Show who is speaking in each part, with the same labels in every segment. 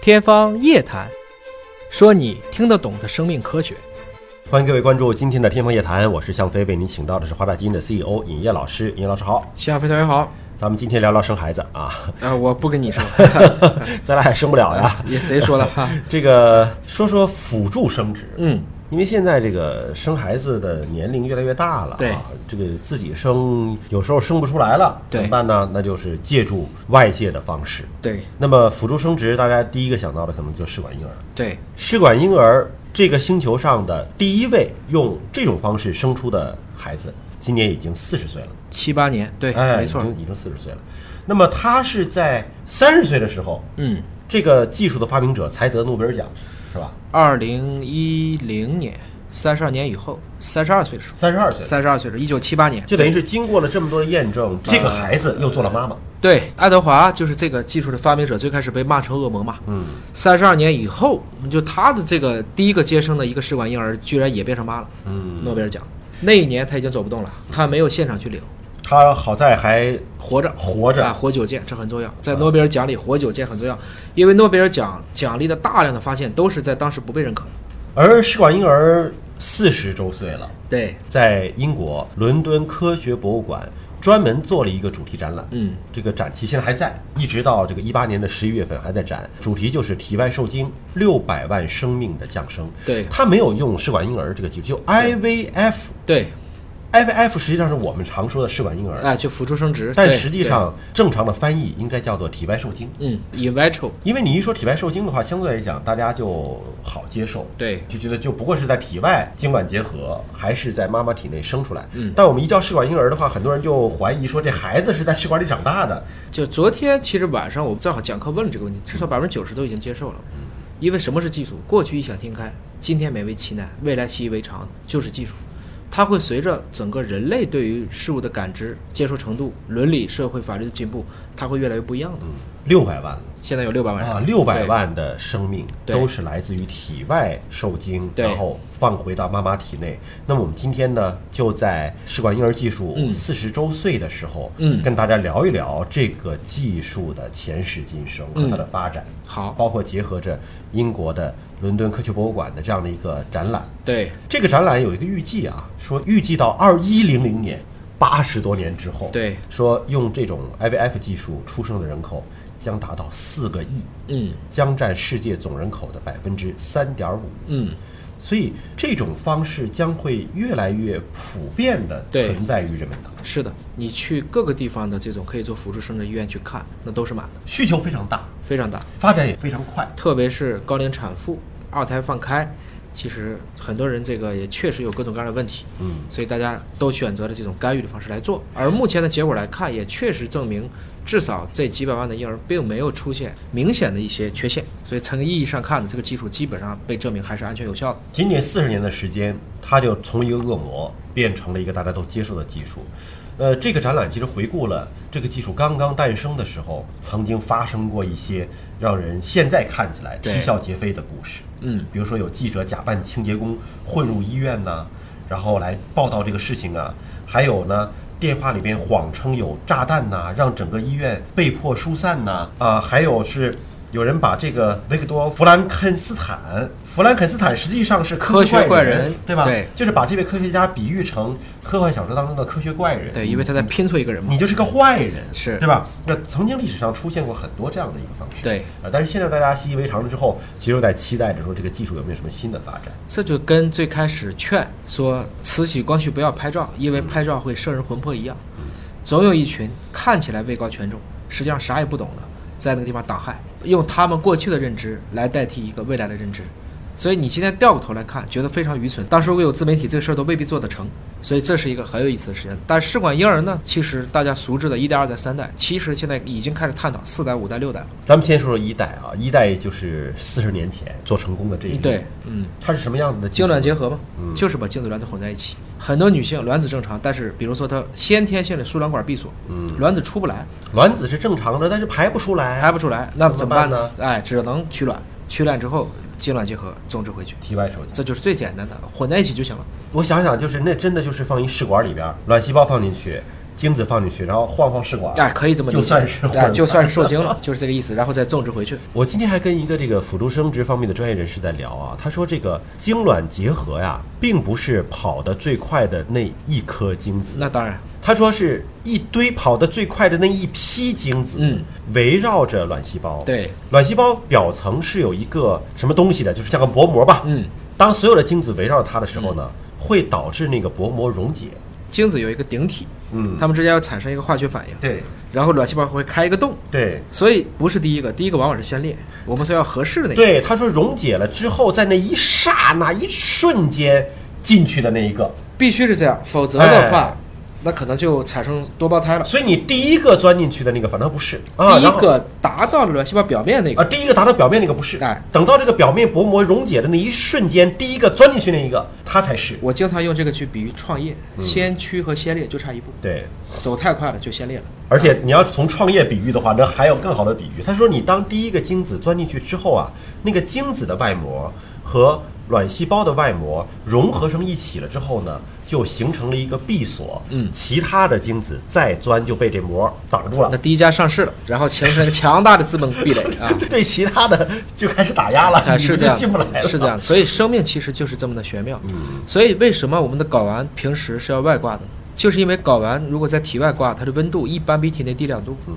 Speaker 1: 天方夜谭，说你听得懂的生命科学。
Speaker 2: 欢迎各位关注今天的《天方夜谭》，我是向飞，为您请到的是华大基因的 CEO 尹烨老师。尹烨老师好，
Speaker 1: 夏飞同学好，
Speaker 2: 咱们今天聊聊生孩子啊，
Speaker 1: 啊，我不跟你 说，
Speaker 2: 咱俩也生不了呀。
Speaker 1: 也谁说的哈？
Speaker 2: 这个说说辅助生殖，
Speaker 1: 嗯，
Speaker 2: 因为现在这个生孩子的年龄越来越大了、啊，
Speaker 1: 对
Speaker 2: 这个自己生有时候生不出来了，
Speaker 1: 对
Speaker 2: 怎么办呢？那就是借助外界的方式。
Speaker 1: 对
Speaker 2: 那么辅助生殖，大家第一个想到的可能就是试管婴儿。
Speaker 1: 对，
Speaker 2: 试管婴儿这个星球上的第一位用这种方式生出的孩子，今年已经四十岁了，
Speaker 1: 七八年，对，
Speaker 2: 哎，
Speaker 1: 没错
Speaker 2: 已，经已经四十岁了。那么他是在三十岁的时候，
Speaker 1: 嗯，
Speaker 2: 这个技术的发明者才得诺贝尔奖，是吧？
Speaker 1: 二零一零年，三十二年以后，三十二岁的时候，
Speaker 2: 三十二岁了，
Speaker 1: 三十二岁的时候，一九七八年，
Speaker 2: 就等于是经过了这么多的验证，这个孩子又做了妈妈。
Speaker 1: 对，爱德华就是这个技术的发明者，最开始被骂成恶魔嘛。
Speaker 2: 嗯，
Speaker 1: 三十二年以后，就他的这个第一个接生的一个试管婴儿，居然也变成妈了。
Speaker 2: 嗯，
Speaker 1: 诺贝尔奖那一年他已经走不动了，他没有现场去领，
Speaker 2: 他好在还
Speaker 1: 活着。
Speaker 2: 活
Speaker 1: 啊，
Speaker 2: 着，
Speaker 1: 活久见，这很重要。在诺贝尔奖里，活久见很重要，因为诺贝尔奖奖励的大量的发现都是在当时不被认可的。
Speaker 2: 而试管婴儿四十周岁了。
Speaker 1: 对，
Speaker 2: 在英国伦敦科学博物馆专门做了一个主题展览。
Speaker 1: 嗯，
Speaker 2: 这个展期现在还在，一直到这个一八年的十一月份还在展。主题就是体外受精六百万生命的降生。
Speaker 1: 对
Speaker 2: 它没有用试管婴儿这个技术，就 IVF。
Speaker 1: 对，
Speaker 2: IVF 实际上是我们常说的试管婴儿，
Speaker 1: 哎，就辅助生殖，
Speaker 2: 但
Speaker 1: 对
Speaker 2: 实际，上正常的翻译应该叫做体外受精。
Speaker 1: 对嗯，in vitro，
Speaker 2: 因为你一说体外受精的话，相对来讲大家就好接受，
Speaker 1: 对
Speaker 2: 就觉得就不过是在体外精卵结合，还是在妈妈体内生出来。嗯，但我们一叫试管婴儿的话，很多人就怀疑说这孩子是在试管里长大的。
Speaker 1: 就昨天其实晚上我正好讲课问了这个问题，至少百分之九十都已经接受了。因为什么是技术？过去异想天开，今天勉为其难，未来习以为常，就是技术。它会随着整个人类对于事物的感知、接受程度、伦理、社会、法律的进步，它会越来越不一样的。
Speaker 2: 六百万
Speaker 1: 现在有六百万人
Speaker 2: 嗯啊，六百万的生命
Speaker 1: 对
Speaker 2: 都是来自于体外受精，
Speaker 1: 对
Speaker 2: 然后放回到妈妈体内。那么我们今天呢，就在试管婴儿技术
Speaker 1: 嗯
Speaker 2: 四十周岁的时候，
Speaker 1: 嗯
Speaker 2: 跟大家聊一聊这个技术的前世今生和
Speaker 1: 嗯
Speaker 2: 它的发展。
Speaker 1: 好，
Speaker 2: 包括结合着英国的伦敦科学博物馆的这样的一个展览。
Speaker 1: 对
Speaker 2: 这个展览有一个预计啊，说预计到二一零零年，八十多年之后，
Speaker 1: 对，
Speaker 2: 说用这种 IVF 技术出生的人口将达到四个亿，
Speaker 1: 嗯
Speaker 2: 将占世界总人口的百分之三点五。
Speaker 1: 嗯，
Speaker 2: 所以这种方式将会越来越普遍的
Speaker 1: 对
Speaker 2: 存在于人们当中，
Speaker 1: 是的，你去各个地方的这种可以做辅助生殖医院去看，那都是满的，
Speaker 2: 需求非常大，
Speaker 1: 非常大。
Speaker 2: 发展也非常快。
Speaker 1: 特别是高龄产妇、二胎放开，其实很多人这个也确实有各种各样的问题，
Speaker 2: 嗯，
Speaker 1: 所以大家都选择了这种干预的方式来做。而目前的结果来看，也确实证明，至少这几百万的婴儿并没有出现明显的一些缺陷，所以从意义上看呢，这个技术基本上被证明还是安全有效的。
Speaker 2: 仅仅四十年的时间，它就从一个恶魔变成了一个大家都接受的技术。呃，这个展览其实回顾了这个技术刚刚诞生的时候，曾经发生过一些让人现在看起来
Speaker 1: 对
Speaker 2: 啼笑皆非的故事。
Speaker 1: 嗯，
Speaker 2: 比如说有记者假扮清洁工混入医院呐、然后来报道这个事情啊，还有呢。电话里边谎称有炸弹呐、让整个医院被迫疏散呐、啊，还有是有人把这个维克多·弗兰肯斯坦，弗兰肯斯坦实际上是
Speaker 1: 科学怪
Speaker 2: 怪
Speaker 1: 人
Speaker 2: 对吧？
Speaker 1: 对
Speaker 2: 就是把这位科学家比喻成科幻小说当中的科学怪人，
Speaker 1: 对，因为他在拼凑一个人嘛
Speaker 2: 你。就是个坏人，
Speaker 1: 是
Speaker 2: 对吧？那曾经历史上出现过很多这样的一个方式，
Speaker 1: 对
Speaker 2: 啊，但是现在大家习以为常了之后，其实都在期待着说这个技术有没有什么新的发展。
Speaker 1: 这就跟最开始劝说慈禧、光绪不要拍照，因为拍照会摄人魂魄一样，总有一群看起来位高权重，实际上啥也不懂的，在那个地方挡害，用他们过去的认知来代替一个未来的认知。所以你今天掉过头来看，觉得非常愚蠢。当时如果有自媒体，这个事儿都未必做得成。所以这是一个很有意思的实验。但试管婴儿呢，其实大家熟知的一代、二代、三代，其实现在已经开始探讨四代、五代、六代了。
Speaker 2: 咱们先说说一代啊，一代就是四十年前做成功的这一例
Speaker 1: 对，，嗯。
Speaker 2: 它是什么样子的技术？
Speaker 1: 精卵结合嘛，
Speaker 2: 嗯
Speaker 1: 就是把精子卵子混在一起。很多女性卵子正常，但是比如说她先天性的输卵管闭锁，
Speaker 2: 嗯
Speaker 1: 卵子出不来，
Speaker 2: 卵子是正常的，但是排不出来，
Speaker 1: 排不出来，那怎
Speaker 2: 怎
Speaker 1: 么
Speaker 2: 么
Speaker 1: 办
Speaker 2: 办
Speaker 1: 呢
Speaker 2: 呢？
Speaker 1: 哎，只能取卵，取卵之后精卵结合，种植回去，
Speaker 2: 体外受精。
Speaker 1: 这就是最简单的，混在一起就行了。
Speaker 2: 我想想，就是那真的就是放一试管里边，卵细胞放进去，精子放进去，然后晃晃试管，
Speaker 1: 哎，可以这么理解，
Speaker 2: 啊就算是
Speaker 1: 哎，就算是受精了， 就是这个意思，然后再种植回去。
Speaker 2: 我今天还跟一个这个辅助生殖方面的专业人士在聊啊，他说这个精卵结合呀，并不是跑得最快的那一颗精子，
Speaker 1: 那当然，
Speaker 2: 他说是一堆跑得最快的那一批精子，
Speaker 1: 嗯，
Speaker 2: 围绕着卵细胞，，
Speaker 1: 对，
Speaker 2: 卵细胞表层是有一个什么东西的，就是像个薄膜吧，
Speaker 1: 嗯，
Speaker 2: 当所有的精子围绕着它的时候呢，会导致那个薄膜溶解，
Speaker 1: 精子有一个顶体，
Speaker 2: 嗯，
Speaker 1: 它们之间要产生一个化学反应，
Speaker 2: 对
Speaker 1: 然后卵细胞会开一个洞，
Speaker 2: 对。
Speaker 1: 所以不是第一个，第一个往往是先裂，我们说要合适的那个，
Speaker 2: 对，他说溶解了之后，在那一刹那、一瞬间进去的那一个，
Speaker 1: 必须是这样，否则的
Speaker 2: 哎
Speaker 1: 话，那可能就产生多胞胎了。
Speaker 2: 所以你第一个钻进去的那个反倒不是啊，
Speaker 1: 第一
Speaker 2: 然后
Speaker 1: 个达到了卵细胞表面那个，
Speaker 2: 啊，第一个达到表面那个不是
Speaker 1: 哎，
Speaker 2: 等到这个表面薄膜溶解的那一瞬间，第一个钻进去那一个，它才是。
Speaker 1: 我经常用这个去比喻创业，
Speaker 2: 嗯
Speaker 1: 先驱和先烈就差一步，
Speaker 2: 对，
Speaker 1: 走太快了就先裂了。
Speaker 2: 而且你要是从创业比喻的话，那还有更好的比喻。他说，你当第一个精子钻进去之后啊，那个精子的外膜和卵细胞的外膜融合成一起了之后呢，就形成了一个闭锁。
Speaker 1: 嗯
Speaker 2: 其他的精子再钻就被这膜挡住了
Speaker 1: 那。第一家上市了，然后形成一个强大的资本壁垒啊。
Speaker 2: 对其他的就开始打压了，
Speaker 1: 啊，
Speaker 2: 你
Speaker 1: 是
Speaker 2: 们
Speaker 1: 这
Speaker 2: 就
Speaker 1: 样
Speaker 2: 进不来
Speaker 1: 子，
Speaker 2: 了。
Speaker 1: 是这样子，所以生命其实就是这么的玄妙。
Speaker 2: 嗯
Speaker 1: 所以为什么我们的睾丸平时是要外挂的呢？就是因为睾丸如果在体外挂，它的温度一般比体内低两度，
Speaker 2: 嗯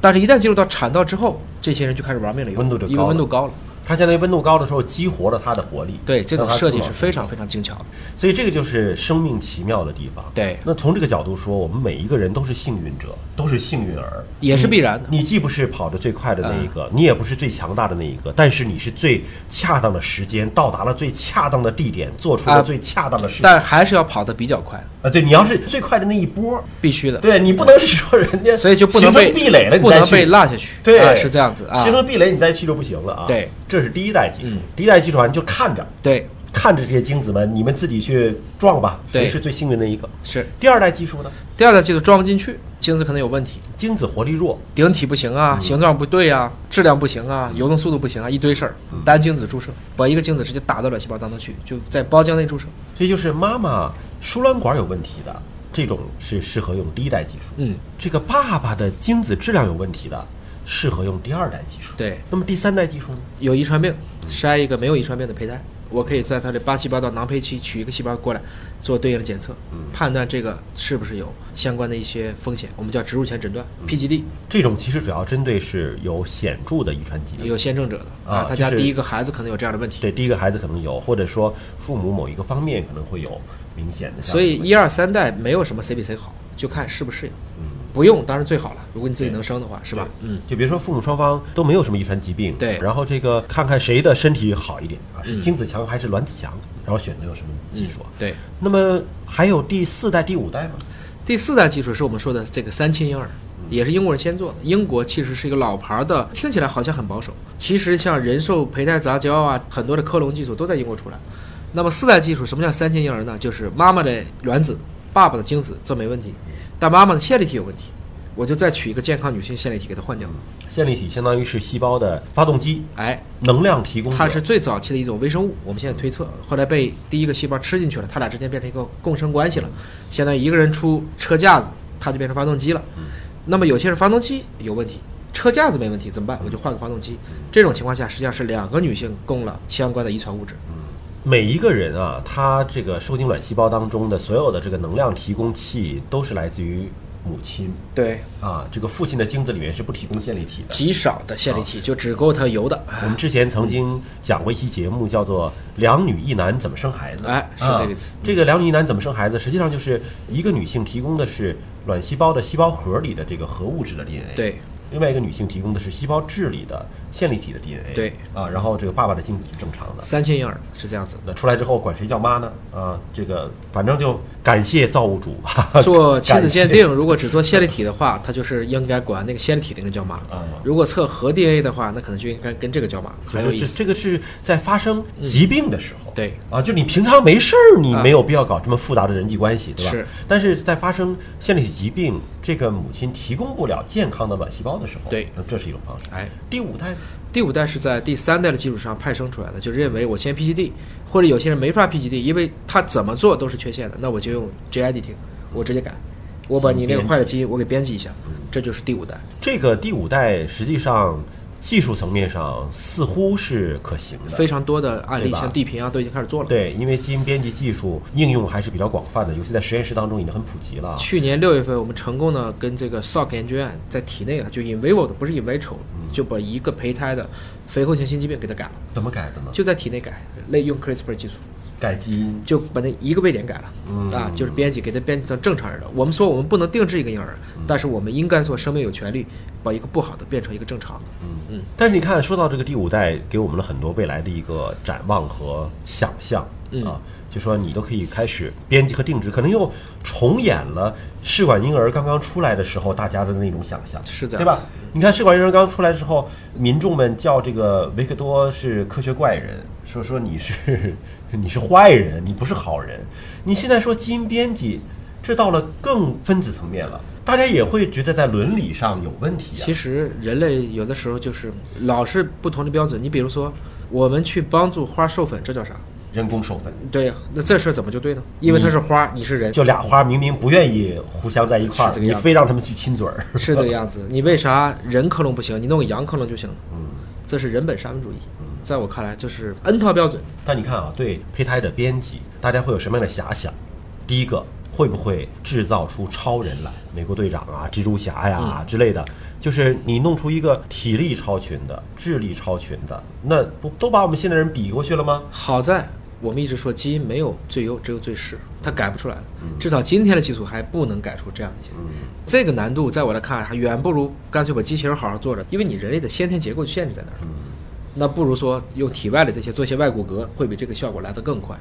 Speaker 1: 但是一旦进入到产道之后，这些人就开始玩命了游，
Speaker 2: 温度就
Speaker 1: 因
Speaker 2: 高
Speaker 1: 为
Speaker 2: 了
Speaker 1: 温度高了。
Speaker 2: 它相当于温度高的时候激活了它的活力。
Speaker 1: 对，这种
Speaker 2: 让它
Speaker 1: 设计
Speaker 2: 更
Speaker 1: 是
Speaker 2: 好
Speaker 1: 非常非常精巧的。
Speaker 2: 所以这个就是生命奇妙的地方。
Speaker 1: 对
Speaker 2: 那从这个角度说，我们每一个人都是幸运者，都是幸运儿，
Speaker 1: 也是必然的嗯
Speaker 2: 你你既不是跑得最快的那一个，你也不是最强大的那一个，但是你是最恰当的时间到达了最恰当的地点，做出了
Speaker 1: 啊
Speaker 2: 最恰当的事情。
Speaker 1: 但还是要跑得比较快，
Speaker 2: 啊，对，你要是最快的那一波，
Speaker 1: 必须的。
Speaker 2: 对你不能是说人家
Speaker 1: 所以就不能
Speaker 2: 形成
Speaker 1: 被
Speaker 2: 壁垒了，你
Speaker 1: 不
Speaker 2: 再
Speaker 1: 能
Speaker 2: 去
Speaker 1: 被落下去。
Speaker 2: 对、
Speaker 1: 啊是这样子啊
Speaker 2: 形。成壁垒你再去就不行了啊。
Speaker 1: 对，
Speaker 2: 这是第一代技术，
Speaker 1: 嗯
Speaker 2: 第一代技术啊，你就看着。
Speaker 1: 对，
Speaker 2: 看着这些精子们，你们自己去撞吧，谁
Speaker 1: 对
Speaker 2: 是最幸运的一个？
Speaker 1: 是。
Speaker 2: 第二代技术呢，
Speaker 1: 第二个就是装不进去，精子可能有问题，
Speaker 2: 精子活力弱，
Speaker 1: 顶体不行
Speaker 2: 嗯
Speaker 1: 啊，形状不对啊，质量不行啊，游动速度不行啊，一堆事儿。
Speaker 2: 嗯
Speaker 1: 单精子注射，把一个精子直接打到卵细胞当中去，就在包浆内注射。
Speaker 2: 所以就是妈妈输卵管有问题的，这种是适合用第一代技术。
Speaker 1: 嗯，
Speaker 2: 这个爸爸的精子质量有问题的，适合用第二代技术。
Speaker 1: 对，
Speaker 2: 那么第三代技术呢？
Speaker 1: 有遗传病，筛一个没有遗传病的胚胎，我可以在它的八细胞到囊胚期取一个细胞过来，做对应的检测，
Speaker 2: 嗯
Speaker 1: 判断这个是不是有相关的一些风险，我们叫植入前诊断
Speaker 2: 嗯
Speaker 1: （PGD），
Speaker 2: 这种其实主要针对是有显著的遗传疾病。
Speaker 1: 有先证者的
Speaker 2: 啊
Speaker 1: 啊，他家
Speaker 2: 就是
Speaker 1: 第一个孩子可能有这样的问题，
Speaker 2: 对，第一个孩子可能有，或者说父母某一个方面可能会有明显的这样的问题。
Speaker 1: 所以一二三代没有什么谁比谁好，就看适不适应，
Speaker 2: 嗯
Speaker 1: 不用当然最好了，如果你自己能生的话，是吧？嗯，
Speaker 2: 就比如说父母双方都没有什么遗传疾病，
Speaker 1: 对嗯
Speaker 2: 然后这个看看谁的身体好一点啊，是精子强还是卵子强，然后选择用什么技术啊。
Speaker 1: 对。
Speaker 2: 那么还有第四代、第五代吗？
Speaker 1: 第四代技术是我们说的这个三亲婴儿，也是英国人先做的。英国其实是一个老牌儿的，听起来好像很保守，其实像人兽胚胎杂交啊，很多的克隆技术都在英国出来。那么四代技术，什么叫三亲婴儿呢？就是妈妈的卵子，爸爸的精子，这没问题，但妈妈的线粒体有问题，我就再取一个健康女性线粒体给它换掉。
Speaker 2: 线粒体相当于是细胞的发动机，
Speaker 1: 哎，
Speaker 2: 能量提供者。
Speaker 1: 它是最早期的一种微生物，我们现在推测，后来被第一个细胞吃进去了，它俩之间变成一个共生关系了，相当于一个人出车架子，它就变成发动机了。那么有些人发动机有问题，车架子没问题怎么办？我就换个发动机。这种情况下，实际上是两个女性供了相关的遗传物质。
Speaker 2: 每一个人啊，他这个受精卵细胞当中的所有的这个能量提供器都是来自于母亲
Speaker 1: 对，
Speaker 2: 啊，这个父亲的精子里面是不提供线粒体的。
Speaker 1: 极少的线粒体就只够它游的。
Speaker 2: 我们之前曾经讲过一期节目，叫做《两女一男怎么生孩子》，
Speaker 1: 哎是这个意思
Speaker 2: 啊这个两女一男怎么生孩子，实际上就是一个女性提供的是卵细胞的细胞核里的这个核物质的 DNA，，
Speaker 1: 对，
Speaker 2: 另外一个女性提供的是细胞质里的线粒体的 DNA，
Speaker 1: 对，
Speaker 2: 啊，然后这个爸爸的精子是正常的。
Speaker 1: 三千婴儿是这样子。
Speaker 2: 那出来之后管谁叫妈呢？啊，这个反正就感谢造物主，哈哈
Speaker 1: 做亲子鉴。
Speaker 2: 啊 感
Speaker 1: 定，如果只做线粒体的话，它就是应该管那个线粒体那个叫妈
Speaker 2: 嗯；
Speaker 1: 如果测核 DNA 的话，那可能就应该跟这个叫妈，
Speaker 2: 谢
Speaker 1: 很有意
Speaker 2: 就
Speaker 1: 思
Speaker 2: 是。这这个是在发生疾病的时候，
Speaker 1: 对
Speaker 2: 啊，就你平常没事儿，你
Speaker 1: 啊
Speaker 2: 没有必要搞这么复杂的人际关系，对吧？
Speaker 1: 是。
Speaker 2: 但是在发生线粒体疾病，这个母亲提供不了健康的卵细胞的时候，
Speaker 1: 对，
Speaker 2: 那这是一种方式。
Speaker 1: 哎，
Speaker 2: 第五代呢，
Speaker 1: 第五代是在第三代的基础上派生出来的，就认为我先 PGD，或者有些人没法 PGD，因为他怎么做都是缺陷的，那我就用 G editing，我直接改，我把你那个
Speaker 2: 基因编辑嗯
Speaker 1: 坏的基因我给编辑一下，这就是第五代。
Speaker 2: 这个第五代实际上技术层面上似乎是可行的，
Speaker 1: 非常多的案
Speaker 2: 对
Speaker 1: 例，
Speaker 2: 吧
Speaker 1: 像地平啊，都已经开始做了。
Speaker 2: 对，因为基因编辑技术应用还是比较广泛的，尤其在实验室当中已经很普及了。
Speaker 1: 去年六月份，我们成功的跟这个 SOC 研究院在体内啊，就 in vivo 的，不是 in vitro，就把一个胚胎的肥厚性心肌病给它改了，
Speaker 2: 怎么改的呢？
Speaker 1: 就在体内改，类用 CRISPR 技术，
Speaker 2: 改基因。
Speaker 1: 就把那一个位点改了，啊，就是编辑给它编辑成正常人的。我们说我们不能定制一个婴儿，但是我们应该说生命有权利把一个不好的变成一个正常的。
Speaker 2: 但是你看，说到这个第五代，给我们了很多未来的一个展望和想象、
Speaker 1: 嗯
Speaker 2: 啊，就说你都可以开始编辑和定制，可能又重演了试管婴儿刚刚出来的时候大家的那种想象，
Speaker 1: 是这
Speaker 2: 对
Speaker 1: 样
Speaker 2: 吧
Speaker 1: 子？
Speaker 2: 你看试管婴儿刚出来之后，民众们叫这个维克多是科学怪人，说说你是 你是坏人，你不是好人。你现在说基因编辑，这到了更分子层面了，大家也会觉得在伦理上有问题啊。
Speaker 1: 其实人类有的时候就是老是不同的标准，你比如说我们去帮助花授粉，这叫啥？
Speaker 2: 人工授粉，
Speaker 1: 对呀、那这事儿怎么就对呢？因为它是花，你是人，
Speaker 2: 就俩花明明不愿意互相在一块儿，
Speaker 1: 是这个
Speaker 2: 你
Speaker 1: 样子
Speaker 2: 非让他们去亲嘴 儿。
Speaker 1: 是这个样子。你为啥人克隆不行？你弄个羊克隆就行了？这是人本沙文主义。在我看来，这是 N 套标准。
Speaker 2: 但你看啊，对胚胎的编辑，大家会有什么样的遐想？第一个，会不会制造出超人来？美国队长啊，蜘蛛侠呀、
Speaker 1: 嗯
Speaker 2: 之类的，就是你弄出一个体力超群的、智力超群的，那不都把我们现在人比过去了吗？
Speaker 1: 好在我们一直说基因没有最优，只有最适，它改不出来的。
Speaker 2: 嗯
Speaker 1: 至少今天的技术还不能改出这样的一些。这个难度在我来看，还远不如干脆把机器人好好做着，因为你人类的先天结构就限制在那儿
Speaker 2: 嗯
Speaker 1: 了。那不如说用体外的这些做一些外骨骼，会比这个效果来得更快。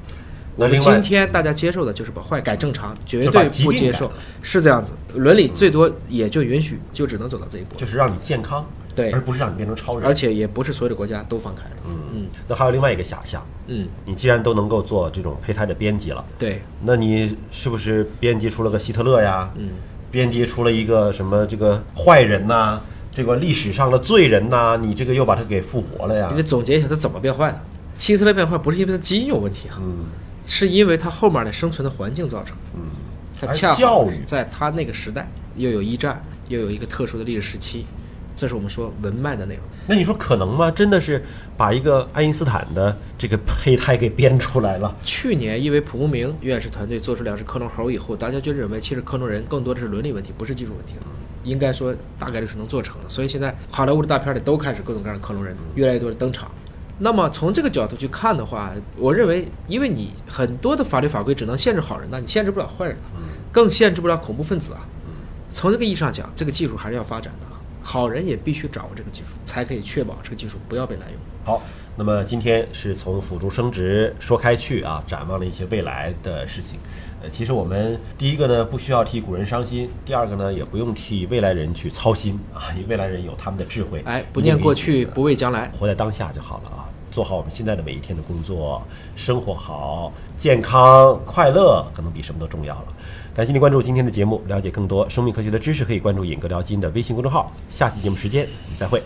Speaker 2: 那
Speaker 1: 我们
Speaker 2: 另外
Speaker 1: 今天大家接受的就是把坏改正常，绝
Speaker 2: 就把
Speaker 1: 对
Speaker 2: 疾
Speaker 1: 不
Speaker 2: 病
Speaker 1: 接
Speaker 2: 改
Speaker 1: 受，是这样子。伦理最多也就允许，就只能走到这一步，
Speaker 2: 就是让你健康，
Speaker 1: 对
Speaker 2: 而不是让你变成超人。
Speaker 1: 而且也不是所有的国家都放开的。嗯
Speaker 2: 那还有另外一个遐想，
Speaker 1: 嗯，
Speaker 2: 你既然都能够做这种胚胎的编辑了，
Speaker 1: 对，
Speaker 2: 那你是不是编辑出了个希特勒呀？嗯，编辑出了一个什么这个坏人呐、这个历史上的罪人呐、你这个又把他给复活了呀
Speaker 1: 你得？总结一下它怎么变坏的。希特勒变坏不是因为它基因有问题啊，
Speaker 2: 嗯，
Speaker 1: 是因为它后面的生存的环境造成。嗯，它
Speaker 2: 而
Speaker 1: 恰
Speaker 2: 教
Speaker 1: 好
Speaker 2: 育
Speaker 1: 在它那个时代又有一战，又有一个特殊的历史时期，这是我们说文脉的内容。
Speaker 2: 那你说可能吗？真的是把一个爱因斯坦的这个胚胎给编出来了？
Speaker 1: 去年因为蒲公明院士团队做出两只克隆猴以后，大家就认为其实克隆人更多的是伦理问题，不是技术问题了。应该说大概率是能做成的，所以现在好莱坞的大片里都开始各种各样的克隆人越来越多的登场。那么从这个角度去看的话，我认为，因为你很多的法律法规只能限制好人呐，你限制不了坏人呐，更限制不了恐怖分子啊。从这个意义上讲，这个技术还是要发展的啊，好人也必须掌握这个技术，才可以确保这个技术不要被滥用。
Speaker 2: 好，那么今天是从辅助生殖说开去啊，展望了一些未来的事情。呃，其实我们第一个呢，不需要替古人伤心；第二个呢，也不用替未来人去操心啊，因为未来人有他们的智慧。
Speaker 1: 哎，不念过去，不畏将来。
Speaker 2: 活在当下就好了啊，做好我们现在的每一天的工作，生活好、健康、快乐，可能比什么都重要了。感谢您关注今天的节目，了解更多生命科学的知识，可以关注“尹哥聊基因”的微信公众号。下期节目时间，我们再会。